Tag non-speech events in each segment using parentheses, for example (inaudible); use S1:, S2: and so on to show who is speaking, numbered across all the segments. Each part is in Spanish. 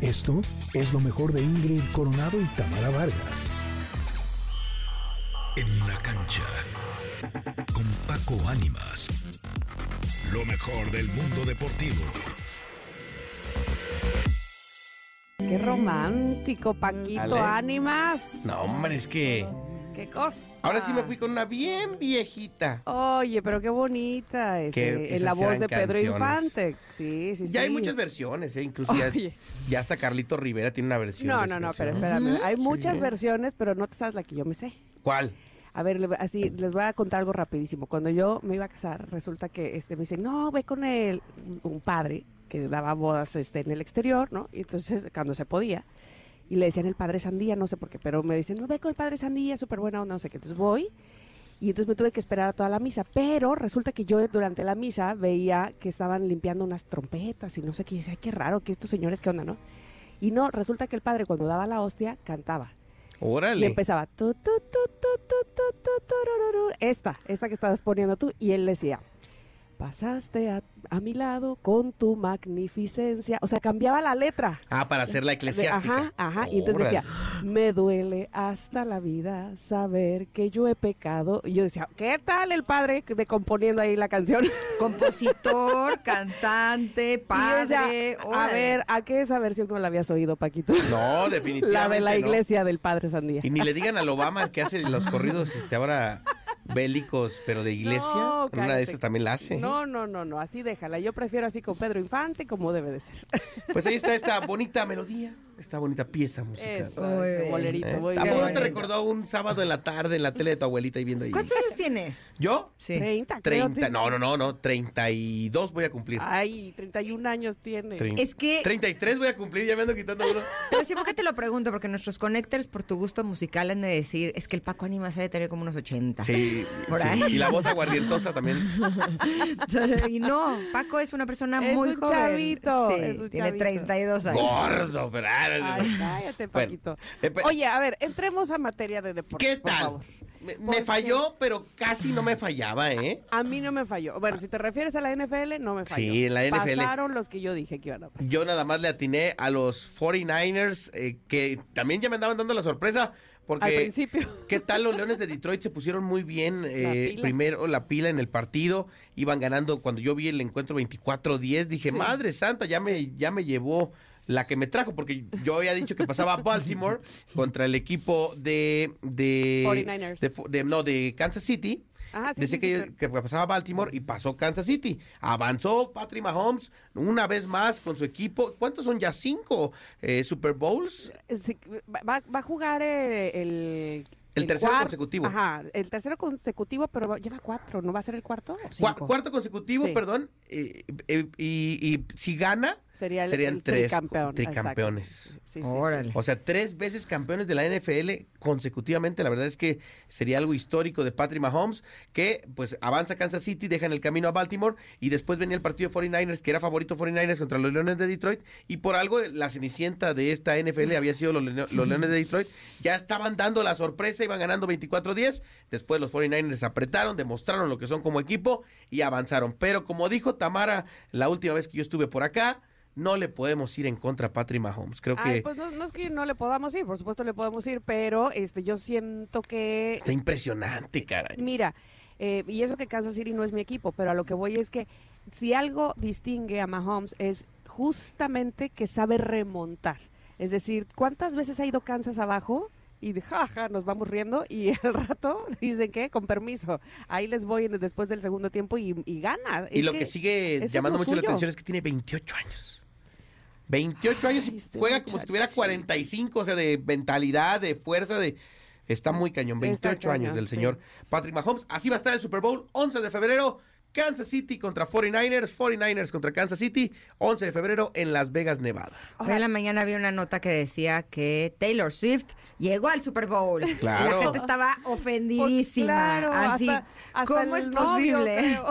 S1: Esto es lo mejor de Ingrid Coronado y Tamara Vargas.
S2: En la cancha con Paco Ánimas. Lo mejor del mundo deportivo.
S3: Qué romántico, Paquito,
S4: Mm, Ale.
S3: ánimas.
S4: No, hombre, es que.
S3: Qué cosa.
S4: Ahora sí me fui con una bien viejita.
S3: Oye, pero qué bonita. Este,
S4: Que
S3: en la
S4: esas
S3: voz
S4: eran
S3: de Pedro
S4: canciones.
S3: Infante. Sí, sí, sí.
S4: ya hay muchas versiones, ¿eh? Incluso ya,
S3: Oye.
S4: ya hasta Carlito Rivera tiene una versión. de
S3: No,
S4: esa
S3: no, no,
S4: canción.
S3: pero espérame. Hay muchas
S4: Sí.
S3: versiones, pero no te sabes la que yo me sé.
S4: ¿Cuál?
S3: A ver, le- así les voy a contar algo rapidísimo. Cuando yo me iba a casar, resulta que este me dicen, "No, ve con el un padre que daba bodas este en el exterior, ¿no? Y entonces cuando se podía y le decían el padre Sandía, no sé por qué, pero me dicen, "No, ve con el padre Sandía, súper buena onda, no sé qué." Entonces voy y entonces me tuve que esperar a toda la misa, pero resulta que yo durante la misa veía que estaban limpiando unas trompetas y no sé qué, y decía, "Ay, qué raro, que estos señores qué onda, ¿no?" Y no, resulta que el padre cuando daba la hostia cantaba. Y
S4: Órale.
S3: empezaba tu, tu, tu, tu, tu, tu, tu, turururu. esta, esta que estabas poniendo tú. Y él decía, pasaste a, a mi lado con tu magnificencia. O sea, cambiaba la letra.
S4: Ah, para hacer la
S3: De-
S4: eclesiástica.
S3: ajá, ajá. Y entonces
S4: Órale.
S3: decía, me duele hasta la vida saber que yo he pecado. Y yo decía, ¿qué tal el padre de componiendo ahí la canción? (laughs)
S5: Compositor, cantante,
S3: y yo
S5: padre.
S3: decía, a
S5: órale.
S3: ver, ¿a qué esa versión no la habías oído, Paquito? (laughs)
S4: No, definitivamente.
S3: La de la
S4: no.
S3: iglesia del Padre Sandía.
S4: Y ni le digan al Obama que hace los corridos este, ahora bélicos, pero de iglesia.
S3: No,
S4: En una
S3: cállate.
S4: de esas también la hace. ¿eh?
S3: No, no, no, no, así déjala. Yo prefiero así con Pedro Infante como debe de ser.
S4: Pues ahí está esta bonita melodía, esta bonita pieza musical.
S3: Eso,
S5: Muy
S3: ese
S5: bien.
S3: bolerito,
S4: Eh,
S3: muy
S4: ¿A poco
S3: bien.
S4: no te
S5: bonito.
S4: recordó un sábado en la tarde en la tele de tu abuelita y viendo ahí?
S5: ¿Cuántos años tienes?
S4: ¿Yo?
S5: Sí.
S3: 30, creo,
S4: 30, no, no, no, no, 32 voy a cumplir.
S3: Ay, 31 años tiene.
S4: Trein-
S5: Es que-
S4: 33 voy a cumplir, ya me ando quitando uno.
S5: Pero sí, ¿por qué te lo pregunto? Porque nuestros connectors, por tu gusto musical, han de decir, es que el Paco Animas ha de tener como unos 80.
S4: Sí,
S5: Por
S4: sí,
S5: ahí.
S4: y la voz aguardientosa
S3: (laughs)
S4: también.
S5: (laughs) Y no, Paco es una persona
S3: Es
S5: muy
S3: un
S5: joven.
S3: chavito,
S5: Sí,
S3: es un
S5: tiene
S3: chavito.
S5: 32 años.
S4: Gordo, pero... ah,
S3: Ay, cállate,
S4: Bueno,
S3: Paquito.
S4: eh, pe-
S3: Oye, a ver, entremos a materia de deportes,
S4: ¿Qué
S3: por
S4: tal?
S3: favor.
S4: Me, me
S3: ¿Por qué?
S4: falló, pero casi no me fallaba, ¿eh?
S3: A mí no me falló. Bueno, si te refieres a la NFL, no me
S4: Sí,
S3: falló.
S4: en la NFL.
S3: Pasaron los que yo dije que iban a pasar.
S4: Yo nada más le atiné a los 49ers, eh, que también ya me andaban dando la sorpresa, porque...
S3: Al principio. (laughs)
S4: ¿Qué tal los Leones de Detroit? Se pusieron muy bien. eh,
S3: pila.
S4: primero la pila en el partido. Iban ganando. Cuando yo vi el encuentro 24-10, dije,
S3: Sí.
S4: madre santa, ya me, ya me llevó la que me trajo. Porque yo había dicho que
S3: (laughs)
S4: pasaba Baltimore contra el equipo de... de
S3: 49ers.
S4: de- de- no, de Kansas City.
S3: Ajá, Ah, sí,
S4: Decía
S3: sí,
S4: que,
S3: sí,
S4: que pasaba Baltimore y pasó Kansas City. Avanzó Patrick Mahomes una vez más con su equipo. ¿Cuántos son ya? ¿Cinco eh, Super Bowls?
S3: Sí, va, va a jugar eh, el...
S4: El tercero
S3: cuar-
S4: consecutivo.
S3: Ajá, el tercero consecutivo, pero va- lleva cuatro, ¿no va a ser el cuarto? o
S4: Cua-
S3: cinco?
S4: cuarto consecutivo,
S3: Sí.
S4: perdón. eh, eh, y, y si gana,
S3: Sería el,
S4: serían
S3: el
S4: tres
S3: tricampeón,
S4: co-
S3: exacto.
S4: tricampeones.
S3: Sí, sí, sí.
S5: Órale.
S4: o sea, tres veces campeones de la NFL consecutivamente. La verdad es que sería algo histórico de Patrick Mahomes, que pues avanza Kansas City, dejan el camino a Baltimore y después venía el partido de 49ers, que era favorito 49ers contra los Leones de Detroit. Y por algo eh, la cenicienta de esta
S3: Mm.
S4: NFL había sido los, Leo- los Leones de Detroit. Ya estaban dando la sorpresa, iban ganando 24-10. Después los 49ers apretaron, demostraron lo que son como equipo y avanzaron. Pero como dijo Tamara la última vez que yo estuve por acá, no le podemos ir en contra a Patrick Mahomes. Creo que...
S3: Ay, pues no, no es que no le podamos ir, por supuesto le podemos ir, pero este yo siento que,
S4: Está impresionante, caray.
S3: mira, eh, y eso que Kansas City no es mi equipo, pero a lo que voy es que si algo distingue a Mahomes es justamente que sabe remontar. Es decir, ¿cuántas veces ha ido Kansas abajo? Y de, jaja, nos vamos riendo y (laughs) al rato dicen que, con permiso, ahí les voy en- después del segundo tiempo y, y gana.
S4: Y
S3: Es
S4: lo que,
S3: eso
S4: sigue
S3: es
S4: llamando
S3: lo
S4: mucho la
S3: suyo.
S4: atención es que tiene 28 años. 28 años
S3: Ay,
S4: y
S3: este
S4: juega como si tuviera
S3: muchachito.
S4: 45, o sea, de mentalidad, de fuerza, de... Está muy cañón,
S3: Está
S4: 28 años
S3: cañón,
S4: del
S3: sí.
S4: señor Patrick Mahomes. Así va a estar el Super Bowl, 11 de febrero, Kansas City contra 49ers, 49ers contra Kansas City, 11 de febrero en Las Vegas, Nevada.
S5: Hoy en la mañana había una nota que decía que Taylor Swift llegó al Super Bowl.
S4: Claro.
S5: Y la gente estaba ofendidísima.
S3: Pues, Claro,
S5: así,
S3: hasta- hasta
S5: ¿cómo
S3: el
S5: es
S3: novio,
S5: posible?
S3: creo.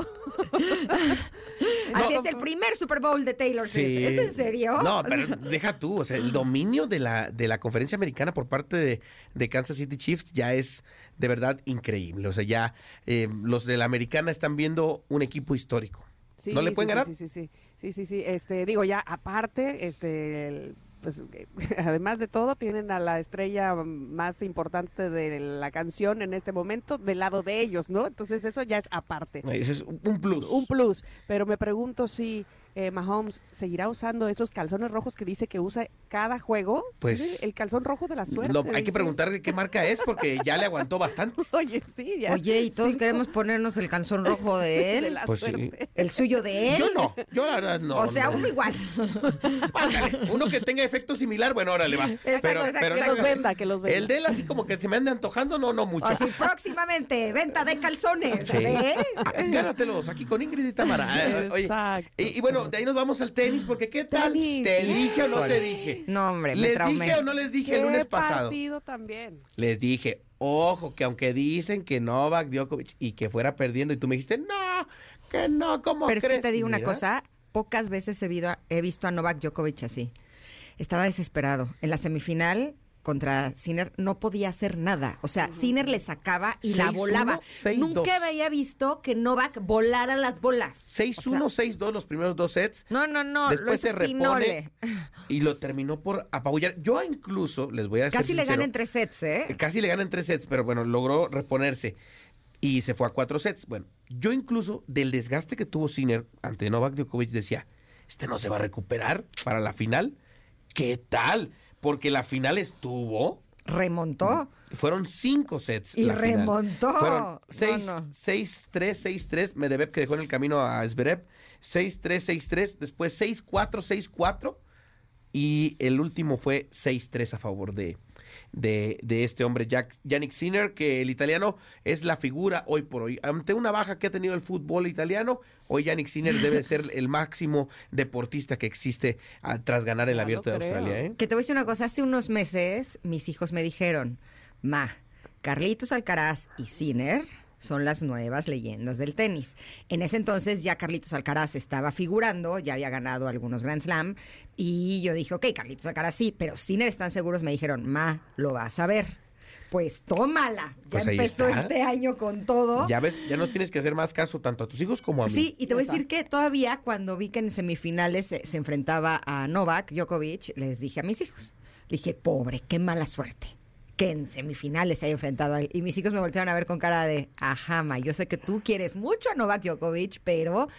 S5: así
S4: No.
S5: es el primer Super Bowl de Taylor Swift. ¿Es en serio?
S4: No, pero deja tú, o sea, el dominio de la, de la conferencia americana por parte de, de Kansas City Chiefs ya es de verdad increíble. O sea, ya eh, los de la americana están viendo un equipo histórico.
S3: Sí,
S4: ¿No le pueden
S3: sí,
S4: ganar?
S3: Sí, sí, sí, sí, sí, sí, sí, Este, digo, ya aparte, este, el- pues (laughs) además de todo, tienen a la estrella más importante de la canción en este momento del lado de ellos, ¿no? Entonces eso ya es aparte.
S4: Eso es un plus.
S3: Un plus. Pero me pregunto si eh, Mahomes seguirá usando esos calzones rojos que dice que usa cada juego.
S4: Pues-
S3: el calzón rojo de la suerte.
S4: Lo- hay que
S3: dice.
S4: preguntarle qué marca es porque ya le aguantó bastante.
S3: (laughs) Oye, sí, ya.
S5: Oye, y todos
S3: Cinco
S5: queremos ponernos el calzón rojo (laughs) de
S3: de
S5: él,
S3: la
S4: Pues sí.
S3: suerte.
S5: el suyo de él.
S4: Yo no, yo la verdad no.
S5: ¿Eh? o sea,
S4: no.
S5: uno igual.
S4: Ándale, uno que tenga efecto similar, bueno, órale, va. Pero-
S5: exacto,
S4: pero-
S3: que los venda, que los venda.
S4: El de él así como que se me anda antojando, no, no mucho.
S5: O si próximamente, venta de calzones.
S4: Sí.
S5: ¿eh?
S4: Ah, Gánatelos aquí con Ingrid y Tamara.
S5: (laughs)
S4: Ah, oye,
S3: Exacto.
S4: y, y bueno, de ahí nos vamos al tenis, porque ¿qué tal?
S3: Tenis.
S4: ¿Te dije o no te dije?
S5: No, hombre, me
S4: ¿Les
S5: traumé.
S4: dije o no les dije el
S3: Qué
S4: lunes pasado?
S3: partido también.
S4: Les dije, ojo, que aunque dicen que Novak Djokovic y que fuera perdiendo, y tú me dijiste, no, que no, ¿cómo
S5: Pero es
S4: crees?
S5: que te digo una
S4: Mira,
S5: cosa, pocas veces he, vido- he visto a Novak Djokovic así. Estaba desesperado. En la semifinal contra Sinner no podía hacer nada. O sea, Sinner le sacaba y la
S4: 6-1,
S5: volaba.
S4: 6-2.
S5: Nunca había visto que Novak volara las bolas.
S4: 6-1,
S5: O
S4: 6-2 los primeros dos sets.
S5: No, no, no. lo
S4: Después
S5: hizo
S4: se repone
S5: Pinole.
S4: y lo terminó por apabullar. Yo incluso, les voy a decir.
S5: Casi le gana en tres sets, ¿eh?
S4: Casi le gana en tres sets, pero bueno, logró reponerse y se fue a cuatro sets. Bueno, yo incluso del desgaste que tuvo Sinner ante Novak Djokovic decía, este no se va a recuperar para la final. ¿Qué tal? Porque la final estuvo,
S5: Remontó.
S4: fueron cinco sets.
S5: Y
S4: mm, la final.
S5: remontó.
S4: Fueron
S5: No,
S4: 6,
S5: no.
S4: 6, 3, 6, 3, Medvedev que dejó en el camino a Zverev, 6, 3, 6, 3, después 6, 4, 6, 4 y el último fue 6, 3 a favor de, de, de este hombre, Jack, Yannick Sinner, que el italiano es la figura hoy por hoy. Ante una baja que ha tenido el fútbol italiano, hoy Yannick Sinner debe ser el máximo deportista que existe ah, tras ganar el
S3: Ya lo
S4: abierto de
S3: creo.
S4: Australia. ¿eh?
S5: Que te voy a decir una cosa, hace unos meses mis hijos me dijeron, Ma, Carlitos Alcaraz y Sinner son las nuevas leyendas del tenis. En ese entonces ya Carlitos Alcaraz estaba figurando, ya había ganado algunos Grand Slam, y yo dije, ok, Carlitos Alcaraz sí, pero Sinner están seguros, me dijeron, Ma, lo vas a ver. Pues tómala, ya
S4: Pues ahí
S5: empezó
S4: está.
S5: este año con todo.
S4: Ya ves, ya nos tienes que hacer más caso tanto a tus hijos como a mí.
S5: Sí, y te voy a decir que todavía cuando vi que en semifinales se, se enfrentaba a Novak Djokovic, les dije a mis hijos, le dije, pobre, qué mala suerte que en semifinales se haya enfrentado a él. Y mis hijos me voltearon a ver con cara de, ajá, ma, yo sé que tú quieres mucho a Novak Djokovic, pero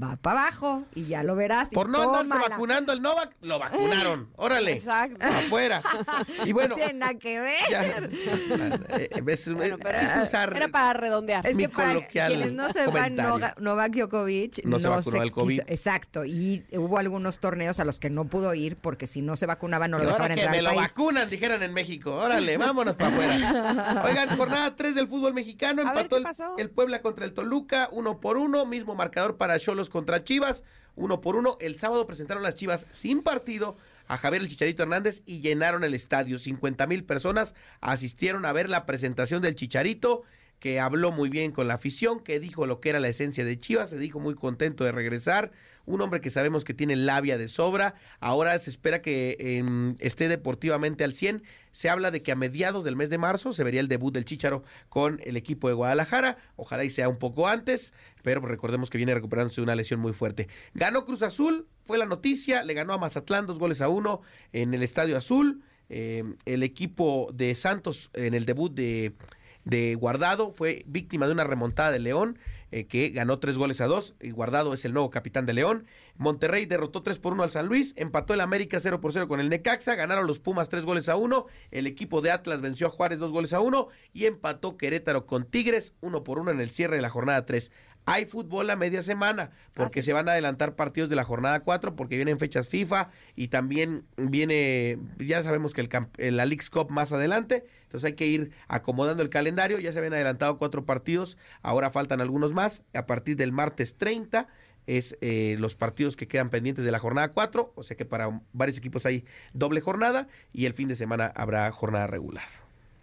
S5: va para abajo y ya lo verás. y
S4: Por no andarse
S5: tómala".
S4: vacunando al Novak,
S3: (laughs)
S4: lo vacunaron. Órale.
S3: Exacto.
S4: Ah, Afuera.
S3: (laughs)
S4: Y bueno.
S5: No tiene nada que ver.
S4: ya, eh, es un-
S3: Bueno, pero
S4: quise usar-
S3: Era para redondear.
S5: Es
S4: Mi
S5: que para
S4: coloquial
S5: quienes no sepan,
S4: comentario.
S5: Noga- Novak Djokovic
S4: No se vacunó del COVID.
S5: quiso- exacto, y hubo algunos torneos a los que no pudo ir porque si no se vacunaba no lo
S4: Y ahora
S5: dejaban
S4: que
S5: entrar
S4: me
S5: al
S4: lo
S5: país.
S4: vacunan, dijeron en México. Órale, vámonos para afuera.
S5: (laughs)
S4: Oigan, jornada 3 del fútbol mexicano.
S3: A ver,
S4: Empató
S3: ¿qué
S4: el-
S3: pasó?
S4: el, Puebla contra el Toluca, uno por uno. Mismo marcador para Cholos contra Chivas, uno por uno. El sábado presentaron las Chivas sin partido a Javier el Chicharito Hernández y llenaron el estadio. 50 mil personas asistieron a ver la presentación del Chicharito que habló muy bien con la afición, que dijo lo que era la esencia de Chivas, se dijo muy contento de regresar, un hombre que sabemos que tiene labia de sobra, ahora se espera que em, esté deportivamente al 100, se habla de que a mediados del mes de marzo se vería el debut del Chícharo con el equipo de Guadalajara, ojalá y sea un poco antes, pero pues recordemos que viene recuperándose de una lesión muy fuerte. Ganó Cruz Azul, fue la noticia, le ganó a Mazatlán dos goles a uno en el Estadio Azul, Em, el equipo de Santos en el debut de de Guardado fue víctima de una remontada de León eh, que ganó tres goles a dos y Guardado es el nuevo capitán de León. Monterrey derrotó 3 por 1 al San Luis, empató el América 0 por 0 con el Necaxa, ganaron los Pumas tres goles a uno, el equipo de Atlas venció a Juárez dos goles a uno y empató Querétaro con Tigres uno por uno en el cierre de la jornada 3. Hay fútbol a media semana porque se van a adelantar partidos de la jornada 4 porque vienen fechas FIFA y también viene, ya sabemos que el, camp- eh, la League's Cup más adelante, entonces hay que ir acomodando el calendario, ya se habían adelantado cuatro partidos, ahora faltan algunos más, a partir del martes 30 es eh, los partidos que quedan pendientes de la jornada 4, o sea que para varios equipos hay doble jornada y el fin de semana habrá jornada regular.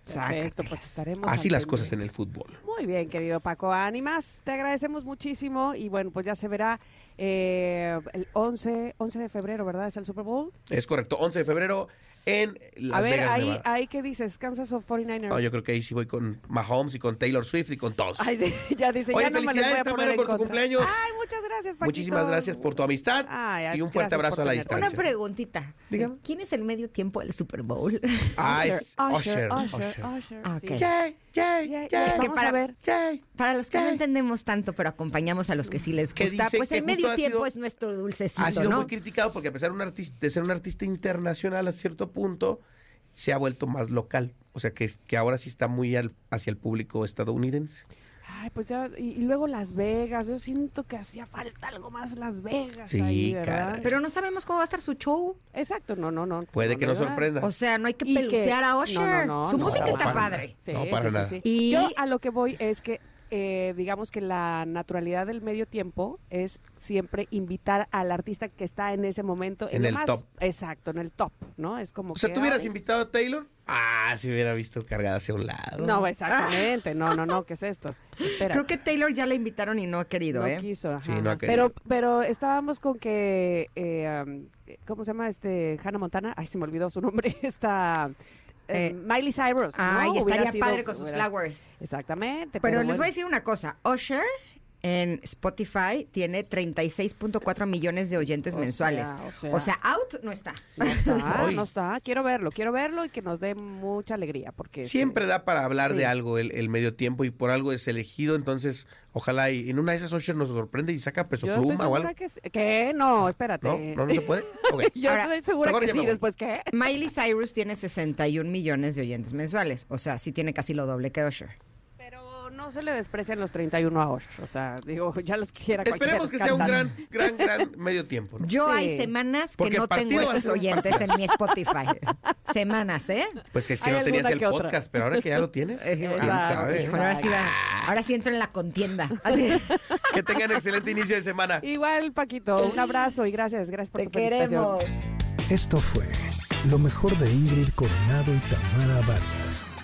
S3: Perfecto,
S5: Sácatelas.
S3: pues estaremos.
S4: Así
S3: al
S4: las cosas en
S3: pendiente.
S4: el fútbol.
S3: Muy bien, querido Paco. Ánimas, te agradecemos muchísimo y bueno, pues ya se verá eh, el 11, 11 de febrero, ¿verdad? Es el Super Bowl.
S4: Es correcto, 11 de febrero en Las
S3: a ver,
S4: Vegas,
S3: ahí,
S4: Nevada.
S3: ahí que dices, Kansas of 49ers.
S4: No, yo creo que ahí sí voy con Mahomes y con Taylor Swift y con todos.
S3: Ay, (laughs) sí, ya dice,
S4: Oye,
S3: ya no me les
S4: felicidades,
S3: voy a poner
S4: Tamara,
S3: en
S4: por tu
S3: contra.
S4: cumpleaños.
S3: Ay, muchas gracias, Paquito. Ah,
S4: Muchísimas gracias por tu amistad
S3: Ay,
S4: y un fuerte
S3: gracias
S4: abrazo
S3: por
S4: a la
S3: tenerme.
S4: distancia.
S5: Una preguntita.
S4: Dígame.
S5: ¿Quién es el medio tiempo del Super Bowl? (laughs)
S4: Ah, es
S3: Usher,
S4: Usher.
S3: Usher,
S4: Usher.
S3: Usher.
S5: Ah,
S3: sí.
S5: ok.
S4: Yay, yay,
S3: Ya, ya,
S4: yay.
S5: Es que
S3: vamos
S5: para-
S3: a ver.
S4: Yay.
S5: Para los que no
S4: ¿Qué?
S5: entendemos tanto, pero acompañamos a los que sí les
S4: Que
S5: gusta,
S4: dice
S5: pues
S4: que
S5: el
S4: justo
S5: medio
S4: ha
S5: tiempo
S4: sido-
S5: es nuestro
S4: ha
S5: dulcecito,
S4: sido
S5: ¿no?
S4: muy criticado porque a pesar de un artista- de ser un artista internacional a cierto punto, se ha vuelto más local. O sea, que, que ahora sí está muy al- hacia el público estadounidense.
S3: Ay, pues ya, y, y luego Las Vegas. Yo siento que hacía falta algo más Las Vegas
S4: Sí,
S3: ahí, ¿verdad?
S4: caray.
S5: Pero no sabemos cómo va a estar su show.
S3: Exacto, no, no, no.
S4: Puede que nos
S3: hay nada.
S4: sorprenda.
S5: O sea, no hay que
S3: Y que-
S5: pelucear a
S3: no,
S5: Usher.
S3: no, no,
S5: su
S3: no,
S5: música
S4: para
S5: está
S4: nada.
S5: padre.
S3: Sí,
S4: No, para
S3: sí, sí,
S4: nada.
S3: sí.
S5: Y-
S3: Yo a lo que voy es que, eh, digamos que la naturalidad del medio tiempo es siempre invitar al artista que está en ese momento
S4: En
S3: lo
S4: el
S3: más-
S4: top.
S3: Exacto, en el top, ¿no? Es como
S4: O sea,
S3: que,
S4: ¿tú hubieras
S3: ay,
S4: invitado a Taylor? Ah, se hubiera visto cargada hacia un lado. (laughs)
S3: No, exactamente. No, no, no, ¿qué es esto? Espera.
S5: Creo que Taylor ya la invitaron y no ha querido,
S3: no
S5: ¿eh?
S3: quiso. ajá,
S4: Sí, no ha
S3: ajá.
S4: querido.
S3: Pero, pero estábamos con que, eh, um, ¿cómo se llama este? Hannah Montana. Ay, se me olvidó su nombre. (laughs) Esta eh,
S5: Eh,
S3: Miley Cyrus.
S5: Ay,
S3: ¿no? Hubiera
S5: estaría
S3: sido-
S5: padre con sus
S3: hubiera-
S5: flowers.
S3: Exactamente.
S5: Pero, les
S3: bueno.
S5: voy a decir una cosa. Usher en Spotify tiene 36.4 millones de oyentes
S3: O
S5: mensuales.
S3: sea, o sea.
S5: o sea, out no está.
S3: No está,
S5: (laughs)
S4: Ay.
S3: no está. Quiero verlo, quiero verlo y que nos dé mucha alegría. porque este,
S4: Siempre da para hablar
S3: Sí.
S4: de algo el, el medio tiempo y por algo es elegido, entonces ojalá y en una de esas Usher nos sorprende y saca peso
S3: Yo estoy
S4: pluma o algo.
S3: segura que sí. ¿Qué? No, espérate.
S4: ¿No? ¿No, no
S3: (laughs)
S4: se puede. Ok.
S3: Yo
S5: Ahora,
S3: estoy segura
S4: mejor
S3: que
S4: ya
S3: sí.
S4: me voy.
S3: Después, ¿qué?
S5: Miley Cyrus tiene 61 millones de oyentes mensuales. O sea, sí tiene casi lo doble que Usher.
S3: Pero no se le desprecian los 31 a 8. O sea, digo, (laughs) ya los quisiera cualquier
S4: Esperemos que sea un
S3: cantante.
S4: gran, gran, gran medio tiempo. ¿no?
S5: Yo
S3: Sí.
S5: hay semanas que
S4: Porque
S5: no tengo
S4: partido va a
S5: esos
S4: ser un
S5: oyentes en mi Spotify. semanas, ¿eh?
S4: Pues es que
S3: Hay
S4: no tenías
S3: alguna
S4: el
S3: que otra.
S4: podcast, pero ahora que ya lo
S3: (laughs)
S4: tienes,
S5: Eh,
S4: quién
S5: ah,
S4: sabe.
S5: híjole, ahora, sí va- ahora sí entro en la contienda. Así, pues,
S4: Que tengan excelente inicio de semana.
S3: Igual, Paquito, un abrazo y gracias, gracias por
S5: te
S3: tu felicitación.
S5: queremos.
S1: Esto fue lo mejor de Ingrid Coronado y Tamara Vargas.